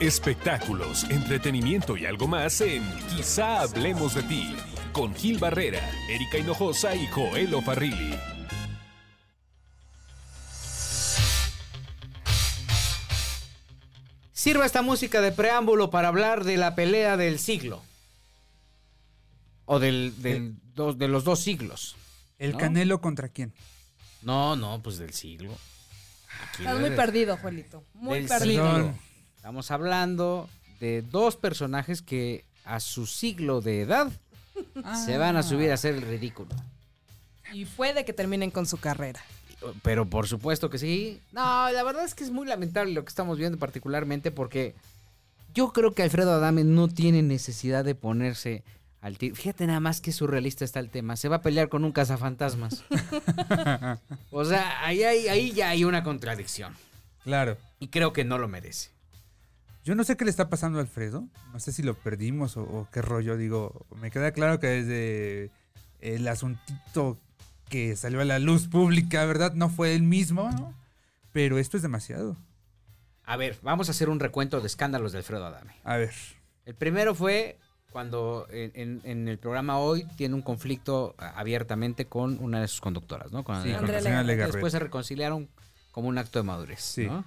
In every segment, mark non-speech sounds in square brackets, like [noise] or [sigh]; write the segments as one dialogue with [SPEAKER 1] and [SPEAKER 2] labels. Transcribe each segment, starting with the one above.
[SPEAKER 1] Espectáculos, entretenimiento y algo más en Quizá hablemos de ti con Gil Barrera, Erika Hinojosa y Joel Ofarrilli.
[SPEAKER 2] Sirva esta música de preámbulo para hablar de la pelea del siglo. O del, del dos- de los dos siglos.
[SPEAKER 3] ¿El
[SPEAKER 2] ¿No?
[SPEAKER 3] Canelo contra quién?
[SPEAKER 2] No, no, pues del siglo. Aquí
[SPEAKER 4] Estás
[SPEAKER 2] no
[SPEAKER 4] muy
[SPEAKER 2] de-
[SPEAKER 4] perdido, Juelito. Muy
[SPEAKER 2] del
[SPEAKER 4] perdido.
[SPEAKER 2] siglo.
[SPEAKER 3] Perdón.
[SPEAKER 2] Estamos hablando de dos personajes que a su siglo de edad
[SPEAKER 4] Ah.
[SPEAKER 2] se van a subir a hacer el ridículo.
[SPEAKER 4] Y puede que terminen con su carrera.
[SPEAKER 2] Pero por supuesto que sí. No, la verdad es que es muy lamentable lo que estamos viendo particularmente porque yo creo que Alfredo Adame no tiene necesidad de ponerse al tiro. Fíjate nada más que surrealista está el tema. Se va a pelear con un
[SPEAKER 3] [laughs]
[SPEAKER 2] cazafantasmas. o sea, ahí, hay- ahí ya hay una contradicción.
[SPEAKER 3] Claro.
[SPEAKER 2] Y creo que no lo merece.
[SPEAKER 3] Yo no sé qué le está pasando a Alfredo. No sé si lo perdimos o, o qué rollo. Digo, me queda claro que desde el asuntito que salió a la luz pública, ¿verdad? No fue el mismo, ¿no? Pero esto es demasiado.
[SPEAKER 2] A ver, vamos a hacer un recuento de escándalos de Alfredo Adame.
[SPEAKER 3] A ver.
[SPEAKER 2] El primero fue cuando en, en- en el programa hoy tiene un conflicto a- abiertamente con una de sus conductoras, ¿no? Con
[SPEAKER 3] Sí,
[SPEAKER 2] Adela
[SPEAKER 3] con
[SPEAKER 4] Andrea
[SPEAKER 3] la señora Legarreta.
[SPEAKER 2] Después se reconciliaron como un acto de madurez.
[SPEAKER 3] Sí.
[SPEAKER 2] ¿no?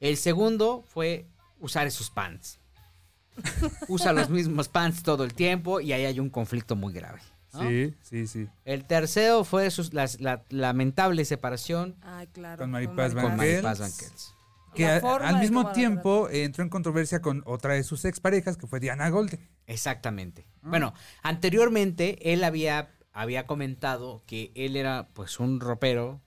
[SPEAKER 2] El segundo fue usar esos pants. Usa los mismos pants todo el tiempo y ahí hay un conflicto muy grave. ¿no?
[SPEAKER 3] Sí, sí, sí.
[SPEAKER 2] El tercero fue sus- las- la lamentable separación
[SPEAKER 4] Ay, claro.
[SPEAKER 3] Con Maripaz
[SPEAKER 2] con
[SPEAKER 3] Van Gels.
[SPEAKER 2] Maripaz Van Gels.
[SPEAKER 3] Que
[SPEAKER 4] La
[SPEAKER 3] a-
[SPEAKER 4] forma
[SPEAKER 3] al
[SPEAKER 4] de
[SPEAKER 3] mismo
[SPEAKER 4] cómo la
[SPEAKER 3] tiempo entró en controversia con otra de sus exparejas, que fue Diana Golden.
[SPEAKER 2] Exactamente. Bueno, anteriormente él había, había comentado que él era pues un ropero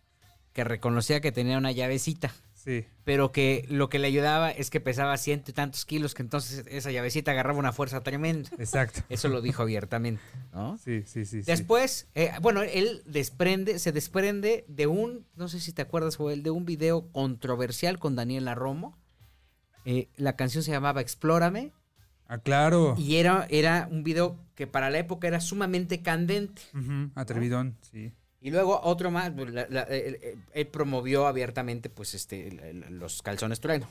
[SPEAKER 2] que reconocía que tenía una llavecita,
[SPEAKER 3] Sí.
[SPEAKER 2] pero que lo que le ayudaba es que pesaba ciento y tantos kilos, que entonces esa llavecita agarraba una fuerza tremenda.
[SPEAKER 3] Exacto.
[SPEAKER 2] Eso lo dijo abiertamente, ¿no?
[SPEAKER 3] Sí, sí, sí. sí.
[SPEAKER 2] Después, eh, bueno, él desprende, se desprende de un, no sé si te acuerdas, Joel, de un video controversial con Daniela Romo. Eh, la canción se llamaba Explórame.
[SPEAKER 3] Ah, claro.
[SPEAKER 2] Y era, era un video que para la época era sumamente candente.
[SPEAKER 3] Ujú, Atrevidón, sí.
[SPEAKER 2] Y luego otro más, pues, la- la- él, él- él promovió abiertamente pues este el- el- los calzones trueno,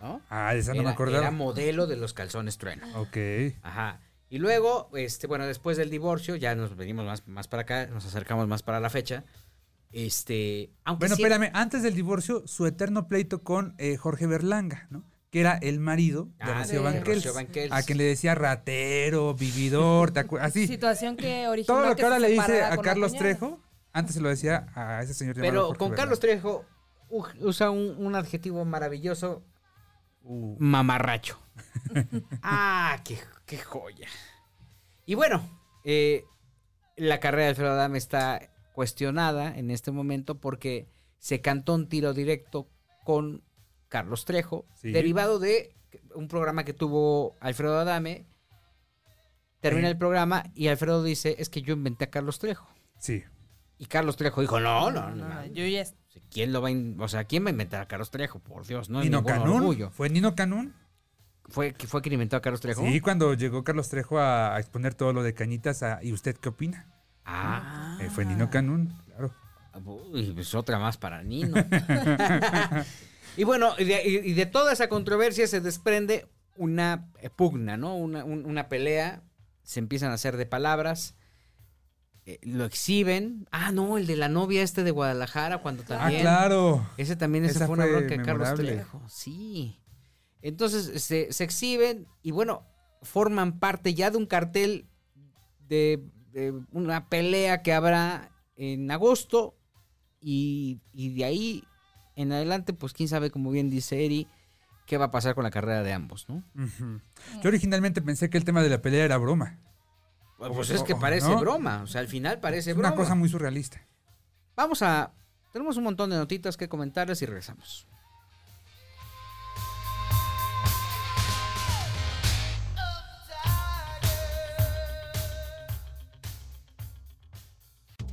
[SPEAKER 2] ¿no?
[SPEAKER 3] Ah, de esa no
[SPEAKER 2] era,
[SPEAKER 3] me acordaba.
[SPEAKER 2] era modelo de los calzones trueno.
[SPEAKER 3] Ok.
[SPEAKER 2] Ajá. Y luego, este, bueno, después del divorcio, ya nos venimos más, más para acá, nos acercamos más para la fecha. Este, aunque
[SPEAKER 3] Bueno,
[SPEAKER 2] sí-
[SPEAKER 3] espérame, antes del divorcio, su eterno pleito con eh, Jorge Berlanga, ¿no? Que era el marido de
[SPEAKER 2] Ah,
[SPEAKER 3] Rocío
[SPEAKER 4] de
[SPEAKER 3] Banquels.
[SPEAKER 2] Rocío Banquels.
[SPEAKER 3] A quien le decía ratero, vividor, ¿te acuerdas? Así.
[SPEAKER 4] Situación que originó
[SPEAKER 3] Todo lo que ahora
[SPEAKER 4] se
[SPEAKER 3] le dice
[SPEAKER 4] separara
[SPEAKER 3] a
[SPEAKER 4] con la
[SPEAKER 3] Carlos
[SPEAKER 4] cuñada.
[SPEAKER 3] Trejo, antes se lo decía a ese señor llamado
[SPEAKER 2] pero
[SPEAKER 3] Jorge
[SPEAKER 2] con
[SPEAKER 3] Berlanga.
[SPEAKER 2] Carlos Trejo u- usa un, un adjetivo maravilloso,
[SPEAKER 3] Uh,
[SPEAKER 2] mamarracho. ah, qué, qué joya. Y bueno, eh, la carrera de Alfredo Adame está cuestionada en este momento porque se cantó un tiro directo con Carlos Trejo,
[SPEAKER 3] Sí.
[SPEAKER 2] derivado de un programa que tuvo Alfredo Adame. Termina
[SPEAKER 3] Eh.
[SPEAKER 2] el programa y Alfredo dice, es que yo inventé a Carlos Trejo.
[SPEAKER 3] sí.
[SPEAKER 2] Y Carlos Trejo dijo, no, no, no.
[SPEAKER 4] No,
[SPEAKER 2] no.
[SPEAKER 4] yo ya.
[SPEAKER 2] ¿Quién lo va a in- o sea, quién va a inventar a Carlos Trejo? Por Dios, no es
[SPEAKER 3] Nino
[SPEAKER 2] ningún
[SPEAKER 3] Canún.
[SPEAKER 2] orgullo.
[SPEAKER 3] ¿Fue Nino Canún?
[SPEAKER 2] ¿Fue, que- ¿Fue que inventó a Carlos Trejo?
[SPEAKER 3] Sí, cuando llegó Carlos Trejo a, a exponer todo lo de Cañitas a- ¿Y usted qué opina?
[SPEAKER 2] Ah,
[SPEAKER 3] Eh, fue Nino Canún, claro.
[SPEAKER 2] uy, pues otra más para
[SPEAKER 3] [laughs]
[SPEAKER 2] Nino. y bueno, y de, y de toda esa controversia se desprende una eh, pugna, ¿no? Una, un- una pelea, se empiezan a hacer de palabras, eh, lo exhiben. Ah, no, el de la novia este de Guadalajara cuando también...
[SPEAKER 3] Ah, claro.
[SPEAKER 2] Ese también ese
[SPEAKER 3] Esa
[SPEAKER 2] fue una
[SPEAKER 3] fue
[SPEAKER 2] bronca de Carlos
[SPEAKER 3] memorable.
[SPEAKER 2] Trejo. Sí. Entonces este, se, se exhiben y bueno, forman parte ya de un cartel de, de una pelea que habrá en agosto y, y de ahí en adelante, pues quién sabe, como bien dice Eri, qué va a pasar con la carrera de ambos, ¿no?
[SPEAKER 3] Ujú. Yo originalmente pensé que el tema de la pelea era broma.
[SPEAKER 2] Pues es que
[SPEAKER 3] Oh,
[SPEAKER 2] parece
[SPEAKER 3] ¿no?
[SPEAKER 2] broma, o sea, al final parece
[SPEAKER 3] Es
[SPEAKER 2] broma.
[SPEAKER 3] una cosa muy surrealista.
[SPEAKER 2] Vamos a... Tenemos un montón de notitas que comentarles y regresamos.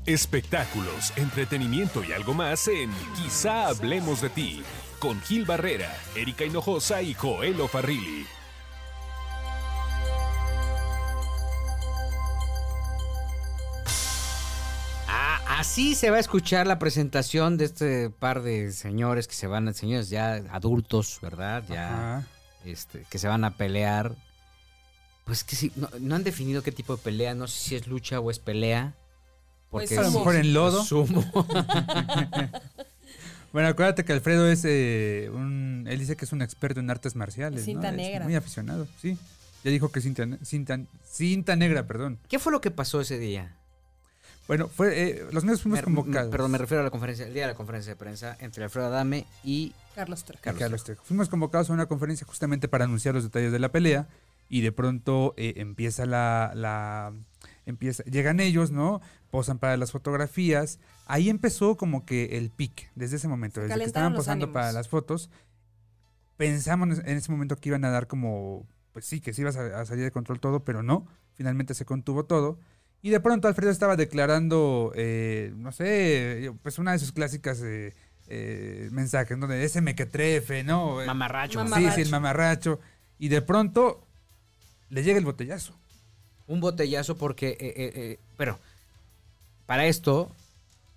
[SPEAKER 1] Espectáculos, entretenimiento y algo más en Quizá hablemos de ti con Gil Barrera, Erika Hinojosa y Joel Ofarrilli.
[SPEAKER 2] Ah, así se va a escuchar la presentación de este par de señores que se van, señores ya adultos, ¿verdad? Ya
[SPEAKER 3] Ajá.
[SPEAKER 2] este, que se van a pelear. Pues que sí, no, no han definido qué tipo de pelea, no sé si es lucha o es pelea.
[SPEAKER 4] Pues
[SPEAKER 3] A lo
[SPEAKER 4] sumo.
[SPEAKER 3] mejor en lodo.
[SPEAKER 2] Sumo.
[SPEAKER 3] Bueno, acuérdate que Alfredo es eh, un. Él dice que es un experto en artes marciales. ¿no?
[SPEAKER 4] Cinta
[SPEAKER 3] Es
[SPEAKER 4] negra.
[SPEAKER 3] muy aficionado, sí. Ya dijo que es cinta, ne- cinta, cinta negra, perdón.
[SPEAKER 2] ¿Qué fue lo que pasó ese día?
[SPEAKER 3] Bueno, fue, eh, los medios fuimos
[SPEAKER 2] Me-
[SPEAKER 3] convocados.
[SPEAKER 2] me- Perdón, me refiero a la conferencia, el día de la conferencia de prensa entre Alfredo Adame y
[SPEAKER 4] Carlos Trejo.
[SPEAKER 3] Carlos Trejo. Fuimos convocados a una conferencia justamente para anunciar los detalles de la pelea y de pronto eh, empieza la, la- empieza llegan ellos, ¿no? Posan para las fotografías. Ahí empezó como que el pic desde ese momento, desde que estaban
[SPEAKER 4] calentaron los
[SPEAKER 3] posando para
[SPEAKER 4] ánimos.
[SPEAKER 3] las fotos. Pensamos en ese momento que iban a dar como pues sí, que sí iba a, a salir de control todo, pero no. Finalmente se contuvo todo. Y de pronto Alfredo estaba declarando, eh, no sé, pues una de sus clásicas eh, eh, mensajes, donde ese mequetrefe, ¿no? Eh,
[SPEAKER 2] Mamarracho.
[SPEAKER 4] Mamá-
[SPEAKER 3] sí,
[SPEAKER 4] mamarracho.
[SPEAKER 3] sí, el mamarracho. Y de pronto le llega el botellazo.
[SPEAKER 2] Un botellazo porque, eh, eh, eh, pero para esto,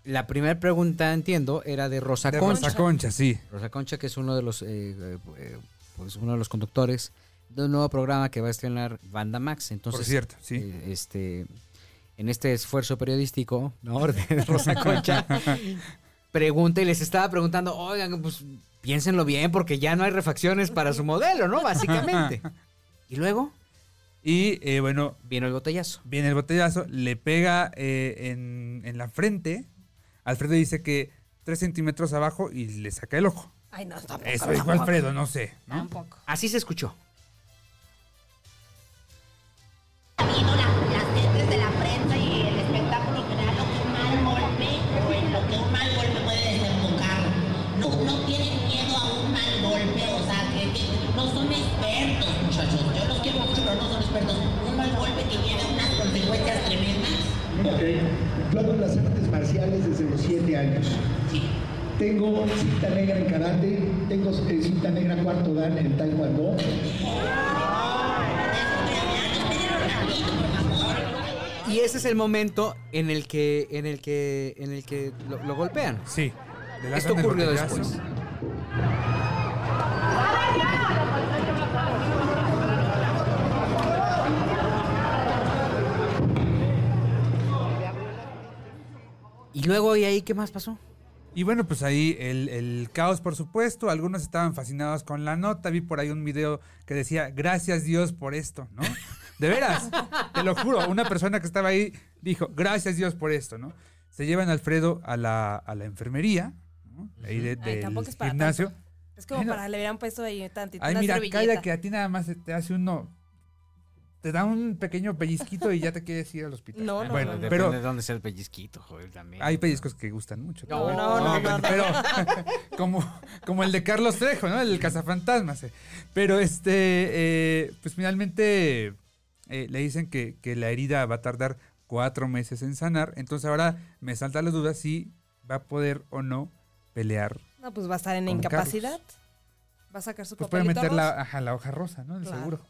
[SPEAKER 2] la primera pregunta, entiendo, era de Rosa
[SPEAKER 3] De
[SPEAKER 2] Concha.
[SPEAKER 3] Rosa Concha, sí.
[SPEAKER 2] Rosa Concha, que es uno de los eh, eh, eh, pues uno de los conductores de un nuevo programa que va a estrenar Banda Max. Entonces,
[SPEAKER 3] por cierto, sí.
[SPEAKER 2] eh, este, en este esfuerzo periodístico, ¿no? De [laughs] Rosa Concha. pregunta y les estaba preguntando, oigan, pues piénsenlo bien, porque ya no hay refacciones para su modelo, ¿no?
[SPEAKER 3] [laughs]
[SPEAKER 2] Básicamente. Y luego
[SPEAKER 3] Y eh, bueno,
[SPEAKER 2] vino el botellazo.
[SPEAKER 3] viene el botellazo, le pega eh, en, en la frente. Alfredo dice que tres centímetros abajo y le saca el ojo.
[SPEAKER 4] Ay, no, tampoco.
[SPEAKER 3] Eso dijo
[SPEAKER 4] tampoco,
[SPEAKER 3] Alfredo, no sé. ¿no?
[SPEAKER 4] Tampoco.
[SPEAKER 2] Así se escuchó.
[SPEAKER 5] viendo la- las gentes de la prensa y el espectáculo que da lo que un mal golpe o en lo que un mal golpe puede desembocar. No, no tienen miedo a un mal golpe, o sea, que, que no son expertos, muchachos. Yo los quiero mucho, pero no son expertos. Un mal golpe que lleva unas consecuencias tremendas.
[SPEAKER 6] Ok. Yo hago las artes marciales desde los 7 años. Tengo cinta negra en karate, tengo eh, cinta negra cuarto dan en taekwondo.
[SPEAKER 2] Y ese es el momento en el que, en el que, en el que lo- lo golpean.
[SPEAKER 3] Sí. le
[SPEAKER 2] Esto
[SPEAKER 3] lanzan el
[SPEAKER 2] ocurrió
[SPEAKER 3] botellazo.
[SPEAKER 2] después. Y luego, ¿y ahí qué más pasó?
[SPEAKER 3] Y bueno, pues ahí el, el caos, por supuesto. Algunos estaban fascinados con la nota. Vi por ahí un video que decía, gracias Dios por esto, ¿no? De veras, te lo juro. Una persona que estaba ahí dijo, gracias Dios por esto, ¿no? Se llevan a Alfredo a la, a la enfermería, ¿no? Ahí de,
[SPEAKER 4] Ay,
[SPEAKER 3] del
[SPEAKER 4] tampoco es para
[SPEAKER 3] gimnasio.
[SPEAKER 4] tanto. Es como
[SPEAKER 3] Bueno.
[SPEAKER 4] para le hubieran puesto ahí tantito.
[SPEAKER 3] Ay,
[SPEAKER 4] una
[SPEAKER 3] mira,
[SPEAKER 4] servilleta.
[SPEAKER 3] calla que a ti nada más se te hace uno... Te da un pequeño pellizquito y ya te quieres ir al hospital.
[SPEAKER 4] No, no,
[SPEAKER 3] bueno,
[SPEAKER 4] no, no.
[SPEAKER 3] pero
[SPEAKER 2] dónde sea el pellizquito, joder, también.
[SPEAKER 3] hay pellizcos que gustan mucho.
[SPEAKER 2] No,
[SPEAKER 3] también.
[SPEAKER 4] no, no, no, no.
[SPEAKER 3] Pero [laughs] como, como el de Carlos Trejo, ¿no? El del cazafantasmas. eh. Pero este, eh, pues finalmente eh, le dicen que, que la herida va a tardar cuatro meses en sanar. Entonces ahora me salta la duda si va a poder o no pelear.
[SPEAKER 4] No, pues va a estar en
[SPEAKER 3] Con
[SPEAKER 4] incapacidad. Va a sacar su
[SPEAKER 3] Pues puede
[SPEAKER 4] papelito
[SPEAKER 3] meter
[SPEAKER 4] rosa.
[SPEAKER 3] la, ajá, la hoja rosa, ¿no? El
[SPEAKER 4] Claro.
[SPEAKER 3] seguro.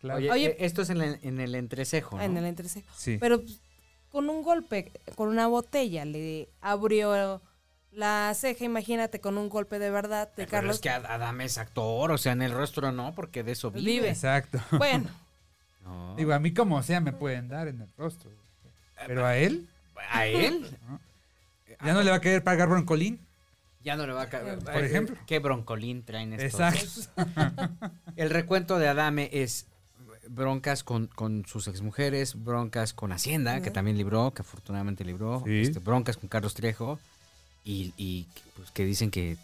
[SPEAKER 3] Claro.
[SPEAKER 2] Oye,
[SPEAKER 4] Oye.
[SPEAKER 2] eh, esto es en, la- en el entrecejo, ¿no?
[SPEAKER 4] Ah, en el entrecejo.
[SPEAKER 3] sí.
[SPEAKER 4] Pero pues, con un golpe, con una botella, le abrió la ceja, imagínate, con un golpe de verdad de
[SPEAKER 2] Pero
[SPEAKER 4] Carlos.
[SPEAKER 2] es que Ad- Adame es actor, o sea, en el rostro no, porque de eso vive.
[SPEAKER 4] pues, Vive.
[SPEAKER 3] Exacto. [laughs]
[SPEAKER 2] [laughs]
[SPEAKER 4] Bueno,
[SPEAKER 2] No.
[SPEAKER 3] Digo, a mí como sea me pueden dar en el rostro. Eh, Pero a él
[SPEAKER 2] A él
[SPEAKER 3] ya no le va a querer pagar broncolín.
[SPEAKER 2] ya no le va a caber.
[SPEAKER 3] Por ejemplo.
[SPEAKER 2] Qué broncolín traen estos.
[SPEAKER 3] Exacto.
[SPEAKER 2] El recuento de Adame es broncas con, con sus exmujeres, broncas con Hacienda, que también libró, que afortunadamente libró,
[SPEAKER 3] Sí.
[SPEAKER 2] este, broncas con Carlos Trejo, y, y, pues, que dicen que...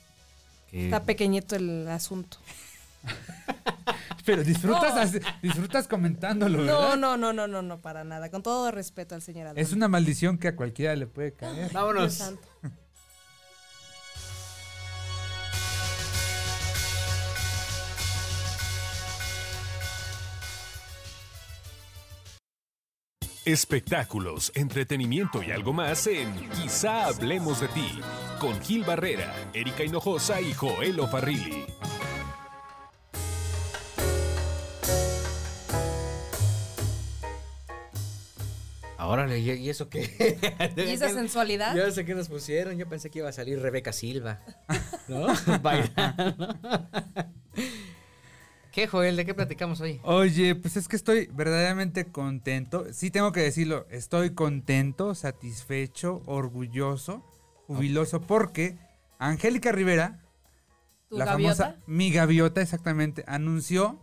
[SPEAKER 2] que-
[SPEAKER 4] está pequeñito
[SPEAKER 2] [laughs]
[SPEAKER 4] el asunto.
[SPEAKER 3] Pero disfrutas,
[SPEAKER 4] No.
[SPEAKER 3] así- disfrutas comentándolo,
[SPEAKER 4] No,
[SPEAKER 3] ¿verdad?
[SPEAKER 4] no, no, no, no, no, para nada. Con todo respeto al señor Adán.
[SPEAKER 3] Es una maldición que a cualquiera le puede caer.
[SPEAKER 2] Vámonos.
[SPEAKER 1] Espectáculos, entretenimiento y algo más en Quizá hablemos de ti con Gil Barrera, Erika Hinojosa y Joel Farrilli.
[SPEAKER 2] Ahora, ¿y, y eso qué?
[SPEAKER 4] [laughs] ¿Y esa sensualidad?
[SPEAKER 2] Yo sé qué nos pusieron, yo pensé que iba a salir [laughs]
[SPEAKER 3] [laughs]
[SPEAKER 2] Rebeca Silva, ¿no? Bailando. ¿Qué, Joel? ¿De qué platicamos hoy?
[SPEAKER 3] Oye, pues es que estoy verdaderamente contento. Sí tengo que decirlo, estoy contento, satisfecho, orgulloso, jubiloso, porque Angélica Rivera,
[SPEAKER 4] ¿Tu
[SPEAKER 3] la
[SPEAKER 4] gaviota?
[SPEAKER 3] famosa Mi Gaviota, exactamente, anunció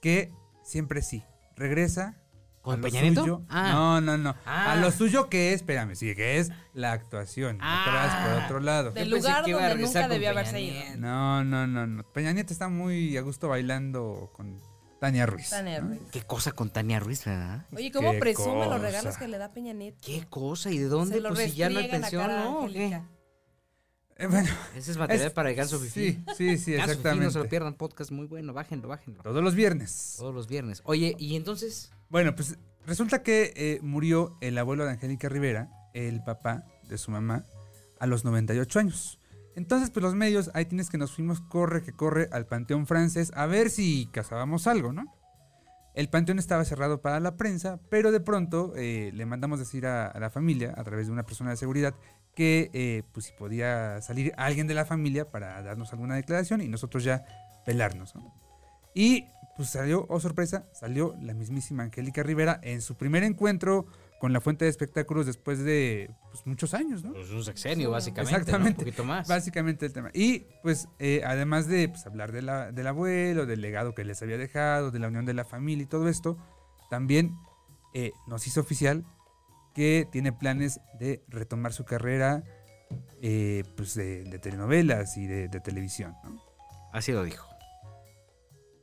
[SPEAKER 3] que siempre sí, regresa.
[SPEAKER 2] ¿Con
[SPEAKER 3] a lo
[SPEAKER 2] Peña Nieto?
[SPEAKER 3] suyo.
[SPEAKER 2] Ah.
[SPEAKER 3] No, no, no.
[SPEAKER 2] Ah.
[SPEAKER 3] A lo suyo que es, espérame, sí, que es la actuación.
[SPEAKER 2] Ah.
[SPEAKER 3] Atrás, por otro lado.
[SPEAKER 4] Del
[SPEAKER 2] Yo pensé
[SPEAKER 4] lugar
[SPEAKER 2] que iba a
[SPEAKER 4] donde
[SPEAKER 2] regresar
[SPEAKER 4] nunca
[SPEAKER 2] con
[SPEAKER 4] debió
[SPEAKER 2] Peña
[SPEAKER 4] haberse ido.
[SPEAKER 2] Nieto.
[SPEAKER 3] No, no, no, no. Peña Nieto está muy a gusto bailando con Tania Ruiz.
[SPEAKER 4] Tania
[SPEAKER 3] ¿no?
[SPEAKER 4] Ruiz.
[SPEAKER 2] Qué cosa con Tania Ruiz, ¿verdad?
[SPEAKER 4] Oye, ¿cómo
[SPEAKER 3] Qué
[SPEAKER 4] presume
[SPEAKER 3] cosa.
[SPEAKER 4] los regalos que le da Peña Nieto?
[SPEAKER 2] ¿Qué cosa? ¿Y de dónde?
[SPEAKER 4] Se lo
[SPEAKER 2] pues si ya no hay
[SPEAKER 4] restriega en la
[SPEAKER 2] pensión,
[SPEAKER 4] cara a
[SPEAKER 2] ¿no? ¿O qué?
[SPEAKER 4] Angélica.
[SPEAKER 3] [laughs] Eh, bueno.
[SPEAKER 2] Ese es material
[SPEAKER 3] es-
[SPEAKER 2] para el ganso fifí.
[SPEAKER 3] Sí, sí, sí,
[SPEAKER 2] Ganso Fifí, no se lo
[SPEAKER 3] exactamente.
[SPEAKER 2] pierdan, podcast muy bueno, bájenlo, bájenlo.
[SPEAKER 3] Todos los viernes.
[SPEAKER 2] Todos los viernes. Oye, ¿y entonces?
[SPEAKER 3] Bueno, pues resulta que eh, murió el abuelo de Angélica Rivera, el papá de su mamá, a los 98 años. Entonces, pues los medios, ahí tienes que nos fuimos, corre, que corre al Panteón francés a ver si cazábamos algo, ¿no? El panteón estaba cerrado para la prensa, pero de pronto eh, le mandamos decir a, a la familia, a través de una persona de seguridad, que eh, pues si podía salir alguien de la familia para darnos alguna declaración y nosotros ya pelarnos, ¿no? Y pues salió, oh sorpresa, salió la mismísima Angélica Rivera en su primer encuentro con la fuente de espectáculos después de pues, muchos años, ¿no?
[SPEAKER 2] Pues un sexenio, básicamente.
[SPEAKER 3] Exactamente.
[SPEAKER 2] ¿no? Un poquito más.
[SPEAKER 3] [laughs] Básicamente el tema. Y pues eh, además de pues, hablar de la- del abuelo, del legado que les había dejado, de la unión de la familia y todo esto, también eh, nos hizo oficial que tiene planes de retomar su carrera eh, pues, de, de telenovelas y de, de televisión. ¿no?
[SPEAKER 2] Así lo dijo.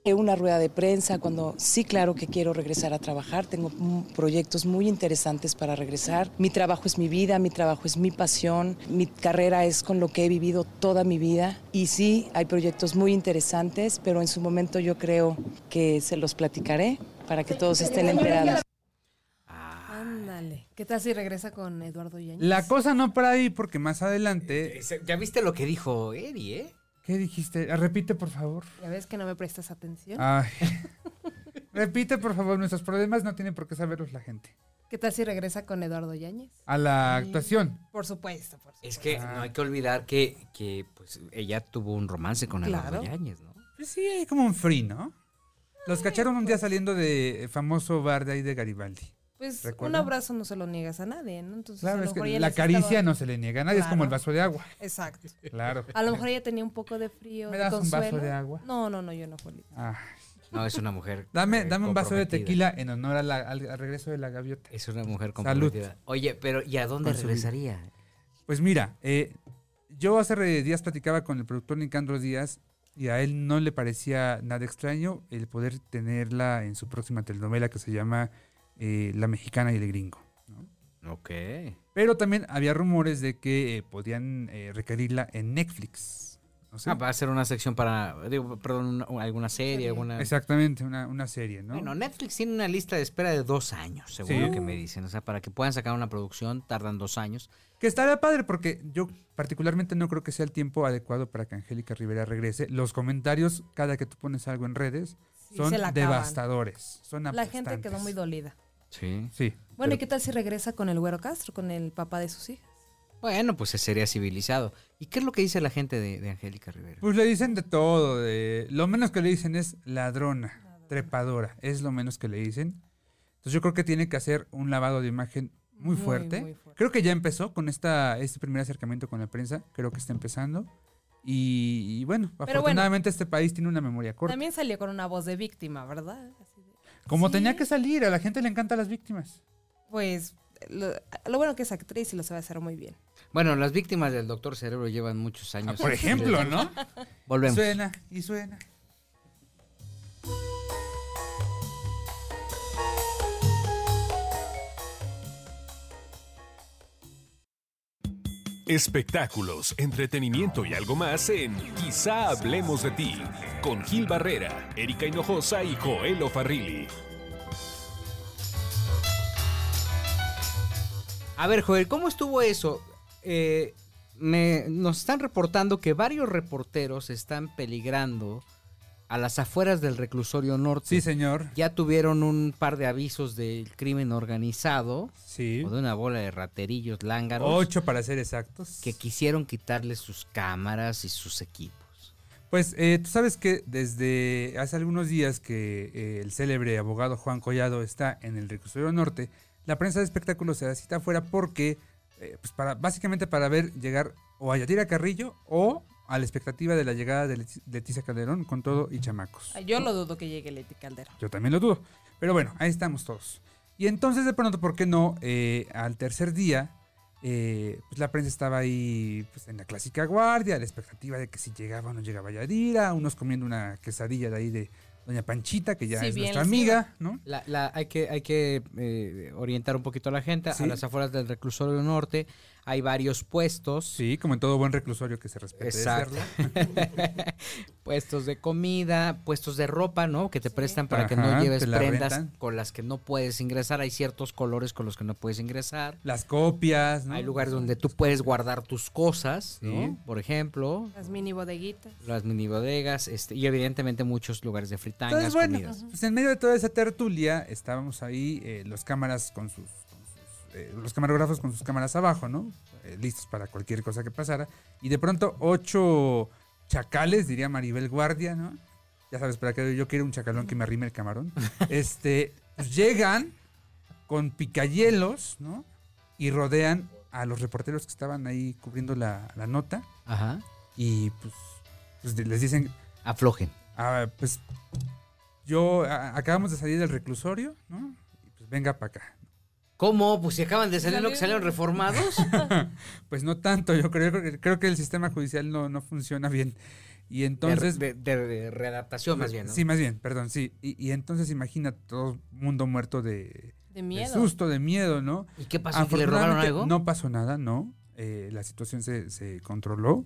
[SPEAKER 7] Eh, una rueda de prensa, cuando sí, claro que quiero regresar a trabajar, tengo mm, proyectos muy interesantes para regresar. Mi trabajo es mi vida, mi trabajo es mi pasión, mi carrera es con lo que he vivido toda mi vida y sí, hay proyectos muy interesantes, pero en su momento yo creo que se los platicaré para que todos estén enterados.
[SPEAKER 2] Ah,
[SPEAKER 4] Ándale. ¿Qué tal si regresa con Eduardo Yañez?
[SPEAKER 3] La cosa no para ahí porque más adelante...
[SPEAKER 2] ese- ya viste lo que dijo Eri, ¿eh?
[SPEAKER 3] ¿Qué dijiste? Ah, Repite, por favor.
[SPEAKER 4] Ya ves que no me prestas atención.
[SPEAKER 3] Ay. [laughs] Repite, por favor, nuestros problemas no tienen por qué saberlos la gente.
[SPEAKER 4] ¿Qué tal si regresa con Eduardo Yañez?
[SPEAKER 3] A la actuación.
[SPEAKER 4] Por supuesto, por supuesto.
[SPEAKER 2] Es que
[SPEAKER 3] Ah.
[SPEAKER 2] no hay que olvidar que, que pues, ella tuvo un romance con Eduardo
[SPEAKER 4] Claro.
[SPEAKER 2] Yáñez, ¿no?
[SPEAKER 3] Pues sí, hay como un free, ¿no? Los cacharon un día saliendo de famoso bar de ahí de Garibaldi.
[SPEAKER 4] Pues un
[SPEAKER 3] ¿Recuerdan?
[SPEAKER 4] abrazo no se lo niegas a nadie, ¿no? Entonces, a
[SPEAKER 3] Claro,
[SPEAKER 4] lo
[SPEAKER 3] es que
[SPEAKER 4] mejor ella
[SPEAKER 3] la
[SPEAKER 4] necesitaba-
[SPEAKER 3] caricia no se le niega a nadie, es como el
[SPEAKER 4] Claro.
[SPEAKER 3] vaso de agua. [laughs]
[SPEAKER 4] Exacto.
[SPEAKER 3] Claro.
[SPEAKER 4] A lo mejor ella tenía un poco de frío.
[SPEAKER 3] ¿Me
[SPEAKER 4] de
[SPEAKER 3] das un vaso
[SPEAKER 4] consuelo.
[SPEAKER 3] de agua?
[SPEAKER 4] No, no, no, yo no, Julieta.
[SPEAKER 3] Ah,
[SPEAKER 2] No, es una mujer. eh,
[SPEAKER 3] [laughs] dame, dame un vaso de
[SPEAKER 2] comprometida.
[SPEAKER 3] tequila en honor a la- al, al regreso de la gaviota.
[SPEAKER 2] Es una mujer
[SPEAKER 3] Salud.
[SPEAKER 2] comprometida. Oye, pero ¿y a dónde
[SPEAKER 3] Con su vida.
[SPEAKER 2] regresaría?
[SPEAKER 3] Pues mira, eh, yo hace re- días platicaba con el productor Nicandro Díaz y a él no le parecía nada extraño el poder tenerla en su próxima telenovela que se llama eh, La Mexicana y el Gringo.
[SPEAKER 2] Ok.
[SPEAKER 3] Pero también había rumores de que eh, podían eh, requerirla en Netflix. No sé.
[SPEAKER 2] Ah, va a ser una sección para, digo, perdón, una- alguna serie, alguna...
[SPEAKER 3] Exactamente, una, una serie, ¿no?
[SPEAKER 2] Bueno, Netflix tiene una lista de espera de dos años, según
[SPEAKER 3] Sí.
[SPEAKER 2] lo que me dicen. O sea, para que puedan sacar una producción tardan dos años.
[SPEAKER 3] Que estaría padre porque yo particularmente no creo que sea el tiempo adecuado para que Angélica Rivera regrese. Los comentarios cada que tú pones algo en redes
[SPEAKER 4] Sí,
[SPEAKER 3] son
[SPEAKER 4] se la acaban.
[SPEAKER 3] devastadores. Son
[SPEAKER 4] La gente quedó
[SPEAKER 3] aplastantes.
[SPEAKER 4] muy dolida.
[SPEAKER 2] Sí.
[SPEAKER 3] Sí.
[SPEAKER 4] Bueno, ¿y
[SPEAKER 3] pero-
[SPEAKER 4] qué tal si regresa con el güero Castro, con el papá de sus hijas?
[SPEAKER 2] Bueno, pues se sería civilizado. ¿Y qué es lo que dice la gente de, de Angélica Rivera?
[SPEAKER 3] Pues le dicen de todo. de- Lo menos que le dicen es ladrona, trepadora. Es lo menos que le dicen. Entonces yo creo que tiene que hacer un lavado de imagen muy,
[SPEAKER 4] Muy,
[SPEAKER 3] fuerte.
[SPEAKER 4] muy fuerte.
[SPEAKER 3] Creo que ya empezó con esta, este primer acercamiento con la prensa. Creo que está empezando. Y, y bueno,
[SPEAKER 4] bueno.
[SPEAKER 3] afortunadamente este país tiene una memoria corta.
[SPEAKER 4] También salió con una voz de víctima, ¿verdad? Así de-
[SPEAKER 3] Como
[SPEAKER 4] Sí.
[SPEAKER 3] tenía que salir, a la gente le encantan las víctimas.
[SPEAKER 4] Pues lo, lo bueno que es actriz y lo sabe hacer muy bien.
[SPEAKER 2] Bueno, las víctimas del doctor Cerebro llevan muchos años.
[SPEAKER 3] Ah, Por ejemplo, ¿no?
[SPEAKER 2] Volvemos.
[SPEAKER 3] Suena y suena.
[SPEAKER 1] Espectáculos, entretenimiento y algo más en Quizá hablemos de ti con Gil Barrera, Erika Hinojosa y Joel Farrilli.
[SPEAKER 2] A ver, Joel, ¿cómo estuvo eso? Eh, me, nos están reportando que varios reporteros están peligrando a las afueras del reclusorio norte.
[SPEAKER 3] Sí, señor.
[SPEAKER 2] Ya tuvieron un par de avisos del crimen organizado
[SPEAKER 3] Sí.
[SPEAKER 2] o de una bola de raterillos lángaros
[SPEAKER 3] Ocho para ser exactos.
[SPEAKER 2] que quisieron quitarles sus cámaras y sus equipos.
[SPEAKER 3] Pues eh, tú sabes que desde hace algunos días que eh, el célebre abogado Juan Collado está en el reclusorio norte, la prensa de espectáculos se da cita afuera porque, eh, pues para, básicamente para ver llegar o a Yadira Carrillo o a la expectativa de la llegada de Leti- Leticia Calderón con todo y chamacos.
[SPEAKER 4] Ay, Yo lo dudo que llegue Leti Caldera.
[SPEAKER 3] Yo también lo dudo. Pero bueno, ahí estamos todos. Y entonces de pronto, ¿por qué no? Eh, al tercer día, eh, pues la prensa estaba ahí pues, en la clásica guardia, la expectativa de que si llegaba o no llegaba Yadira, unos comiendo una quesadilla de ahí de Doña Panchita, que ya
[SPEAKER 4] Sí,
[SPEAKER 3] es
[SPEAKER 4] bien
[SPEAKER 3] nuestra
[SPEAKER 4] les
[SPEAKER 3] amiga, ¿no?
[SPEAKER 2] La, la- hay que, hay que eh, orientar un poquito a la gente.
[SPEAKER 3] Sí.
[SPEAKER 2] A las afueras del reclusorio norte hay varios puestos.
[SPEAKER 3] Sí, como en todo buen reclusorio que se respete.
[SPEAKER 2] Exacto.
[SPEAKER 3] Exacto.
[SPEAKER 2] [laughs] puestos de comida, puestos de ropa, ¿no? Que te prestan para que no
[SPEAKER 3] Ajá,
[SPEAKER 2] lleves
[SPEAKER 3] te la
[SPEAKER 2] prendas
[SPEAKER 3] rentan.
[SPEAKER 2] con las que no puedes ingresar. Hay ciertos colores con los que no puedes ingresar.
[SPEAKER 3] Las copias, ¿no?
[SPEAKER 2] Hay lugares donde tú puedes guardar tus cosas, ¿no?
[SPEAKER 3] Sí.
[SPEAKER 2] Por ejemplo,
[SPEAKER 4] Las mini bodeguitas.
[SPEAKER 2] las mini bodegas este, y evidentemente muchos lugares de fritangas,
[SPEAKER 3] Entonces, bueno,
[SPEAKER 2] comidas.
[SPEAKER 3] pues en medio de toda esa tertulia estábamos ahí, eh, los cámaras con sus, con sus, eh, los camarógrafos con sus cámaras abajo, ¿no? Eh, listos para cualquier cosa que pasara. Y de pronto, ocho chacales, diría Maribel Guardia, ¿no? Ya sabes, para que yo quiero un chacalón que me arrime el camarón. Este, pues, llegan con picayelos, ¿no? Y rodean a los reporteros que estaban ahí cubriendo la, la nota.
[SPEAKER 2] Ajá.
[SPEAKER 3] Y pues, pues les dicen,
[SPEAKER 2] Aflojen.
[SPEAKER 3] Ah, pues yo a- acabamos de salir del reclusorio, ¿no? Y pues venga para acá.
[SPEAKER 2] ¿Cómo? Pues si acaban de salir, ¿no? Que salieron
[SPEAKER 4] Salieron.
[SPEAKER 2] reformados.
[SPEAKER 3] Pues no tanto, yo creo, creo, creo que el sistema judicial no, no funciona bien. Y [laughs] entonces...
[SPEAKER 2] de, de- de readaptación más bien, ¿no?
[SPEAKER 3] Sí, más bien, perdón, sí. Y, y entonces imagina todo mundo muerto de,
[SPEAKER 4] De
[SPEAKER 3] de
[SPEAKER 4] miedo.
[SPEAKER 3] susto, de miedo, ¿no?
[SPEAKER 2] ¿Y qué pasó? ¿Que le robaron
[SPEAKER 3] Afortunadamente,
[SPEAKER 2] algo?
[SPEAKER 3] No pasó nada, no. Eh, la situación se, se controló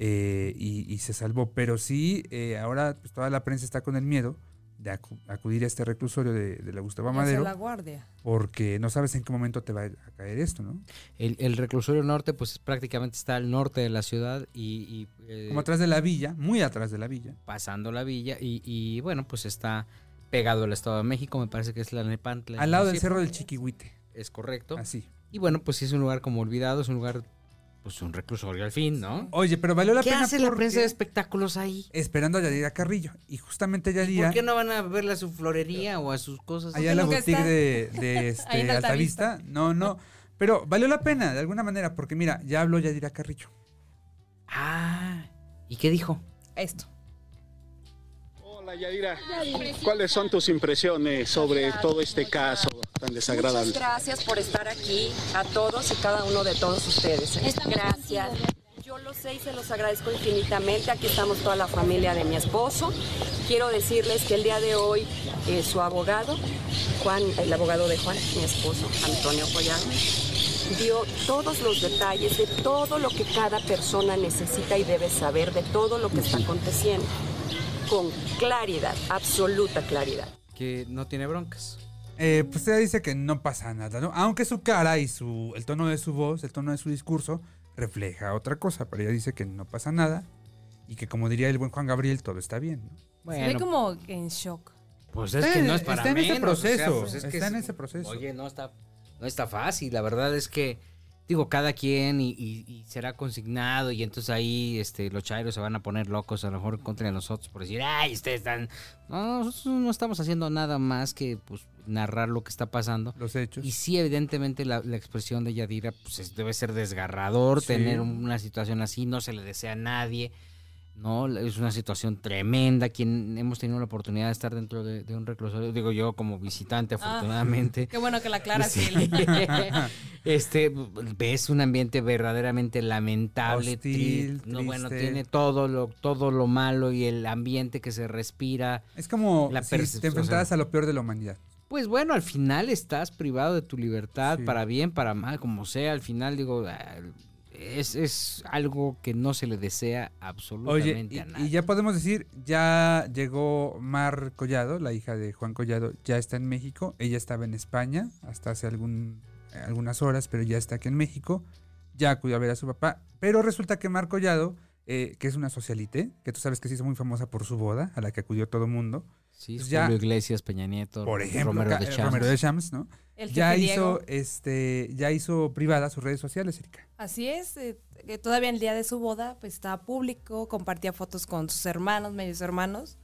[SPEAKER 3] eh, y, y se salvó. Pero sí, eh, ahora pues, toda la prensa está con el miedo de acu- acudir a este reclusorio de, de la Gustavo
[SPEAKER 4] Hacia
[SPEAKER 3] Madero
[SPEAKER 4] la guardia.
[SPEAKER 3] porque no sabes en qué momento te va a caer esto, ¿no?
[SPEAKER 2] El, el reclusorio norte, pues prácticamente está al norte de la ciudad y, y, eh,
[SPEAKER 3] Como atrás de la villa, muy atrás de la villa.
[SPEAKER 2] pasando la villa y, y, bueno, pues está pegado al Estado de México, me parece que es la Nepantla.
[SPEAKER 3] Al lado del
[SPEAKER 2] Sí,
[SPEAKER 3] cerro del Chiquihuite,
[SPEAKER 2] Es correcto.
[SPEAKER 3] así.
[SPEAKER 2] Y bueno, pues sí es un lugar como olvidado, es un lugar, pues un reclusorio al fin, ¿no?
[SPEAKER 3] Oye, pero valió la
[SPEAKER 2] ¿Qué
[SPEAKER 3] pena
[SPEAKER 2] hace la
[SPEAKER 3] porque-
[SPEAKER 2] prensa de espectáculos ahí?
[SPEAKER 3] esperando a Yadira Carrillo y justamente Yadira
[SPEAKER 2] ¿Por qué no van a verle a su florería o a sus cosas?
[SPEAKER 3] allá en la
[SPEAKER 4] Nunca
[SPEAKER 3] boutique
[SPEAKER 4] está.
[SPEAKER 3] de, de, este,
[SPEAKER 4] Ahí en Altavista.
[SPEAKER 3] Altavista. No, no. Pero valió la pena, de alguna manera, porque mira, ya habló Yadira Carrillo.
[SPEAKER 2] Ah, ¿y qué dijo?
[SPEAKER 4] Esto.
[SPEAKER 8] Hola Yadira, ¿cuáles son tus impresiones sobre todo este caso tan desagradable?
[SPEAKER 9] Muchas gracias por estar aquí a todos y cada uno de todos ustedes. ¿eh? Gracias. Yo lo sé y se los agradezco infinitamente. Aquí estamos toda la familia de mi esposo. Quiero decirles que el día de hoy eh, su abogado, Juan, el abogado de Juan, mi esposo, Antonio Collado, dio todos los detalles de todo lo que cada persona necesita y debe saber de todo lo que está aconteciendo. Con claridad, absoluta claridad.
[SPEAKER 2] Que no tiene broncas.
[SPEAKER 3] Eh, pues ella dice que no pasa nada, ¿no? Aunque su cara y su el tono de su voz, el tono de su discurso, refleja otra cosa, pero ella dice que no pasa nada y que como diría el buen Juan Gabriel, todo está bien, ¿no?
[SPEAKER 4] Se ve como en shock.
[SPEAKER 2] Pues es
[SPEAKER 3] Está
[SPEAKER 2] que
[SPEAKER 3] en-
[SPEAKER 2] no es para
[SPEAKER 3] Eh, está en ese
[SPEAKER 2] menos, o sea,
[SPEAKER 3] proceso,
[SPEAKER 2] pues es que
[SPEAKER 3] está
[SPEAKER 2] es-
[SPEAKER 3] en ese proceso.
[SPEAKER 2] Oye, no está, no está fácil. La verdad es que, digo, cada quien y, y- y será consignado. Y entonces ahí este, los chairos se van a poner locos, a lo mejor en contra de nosotros, por decir, ay, ustedes están. No, nosotros no estamos haciendo nada más que pues, narrar lo que está pasando.
[SPEAKER 3] Los hechos.
[SPEAKER 2] Y sí, evidentemente la, la expresión de Yadira pues, es- debe ser desgarrador,
[SPEAKER 3] Sí.
[SPEAKER 2] tener una situación así, no se le desea a nadie, ¿no? La- Es una situación tremenda, quien hemos tenido la oportunidad de estar dentro de, de un reclusorio, digo yo como visitante afortunadamente.
[SPEAKER 4] Ah. [laughs] Qué bueno que la aclaras.
[SPEAKER 2] Sí.
[SPEAKER 4] Eli.
[SPEAKER 3] [laughs]
[SPEAKER 2] [laughs] este ves un ambiente verdaderamente lamentable,
[SPEAKER 3] Hostil,
[SPEAKER 2] tri- no, bueno,
[SPEAKER 3] triste.
[SPEAKER 2] tiene todo lo, todo lo malo y el ambiente que se respira.
[SPEAKER 3] Es como
[SPEAKER 2] La
[SPEAKER 3] si
[SPEAKER 2] percepción,
[SPEAKER 3] te enfrentaras a lo peor de la humanidad.
[SPEAKER 2] Pues bueno, al final estás privado de tu libertad,
[SPEAKER 3] Sí.
[SPEAKER 2] para bien, para mal, como sea. Al final, digo, ah, es, es algo que no se le desea
[SPEAKER 3] Oye,
[SPEAKER 2] absolutamente
[SPEAKER 3] y,
[SPEAKER 2] a
[SPEAKER 3] y
[SPEAKER 2] nadie.
[SPEAKER 3] ya podemos decir, ya llegó Mar Collado, la hija de Juan Collado, ya está en México. Ella estaba en España hasta hace algún- eh, algunas horas, pero ya está aquí en México. Ya acudió a ver a su papá. Pero resulta que Mar Collado, eh, que es una socialite, que tú sabes que se hizo muy famosa por su boda, a la que acudió todo mundo,
[SPEAKER 2] Sí,
[SPEAKER 3] Pues ya-
[SPEAKER 2] Julio Iglesias, Peña Nieto,
[SPEAKER 3] Por ejemplo,
[SPEAKER 2] Romero
[SPEAKER 3] acá,
[SPEAKER 2] de
[SPEAKER 3] eh,
[SPEAKER 2] Champs.
[SPEAKER 3] Romero de Shams, ¿no?
[SPEAKER 4] El
[SPEAKER 3] ya
[SPEAKER 4] jefe
[SPEAKER 3] hizo,
[SPEAKER 4] Diego.
[SPEAKER 3] este, ya hizo privadas sus redes sociales, Erika.
[SPEAKER 4] Así es, eh, que todavía el día de su boda pues estaba público, compartía fotos con sus hermanos, medios hermanos.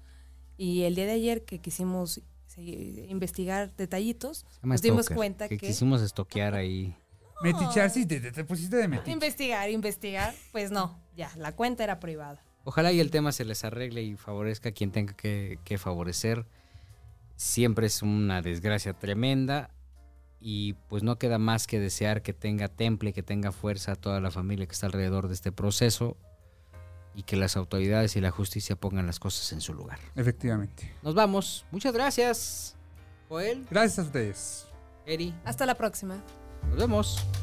[SPEAKER 4] Y el día de ayer que quisimos se- investigar detallitos,
[SPEAKER 2] Se llama
[SPEAKER 4] nos dimos
[SPEAKER 2] Stalker,
[SPEAKER 4] cuenta que,
[SPEAKER 2] quisimos estoquear ahí.
[SPEAKER 3] Metichar, sí, te, te- te pusiste de metiche.
[SPEAKER 4] investigar, investigar, pues no, ya, la cuenta era privada.
[SPEAKER 2] Ojalá y el tema se les arregle y favorezca a quien tenga que, que favorecer. Siempre es una desgracia tremenda y pues no queda más que desear que tenga temple, que tenga fuerza toda la familia que está alrededor de este proceso y que las autoridades y la justicia pongan las cosas en su lugar.
[SPEAKER 3] Efectivamente.
[SPEAKER 2] Nos vamos. Muchas gracias. Joel,
[SPEAKER 3] Gracias a ustedes.
[SPEAKER 2] Eri,
[SPEAKER 4] Hasta la próxima.
[SPEAKER 2] nos vemos.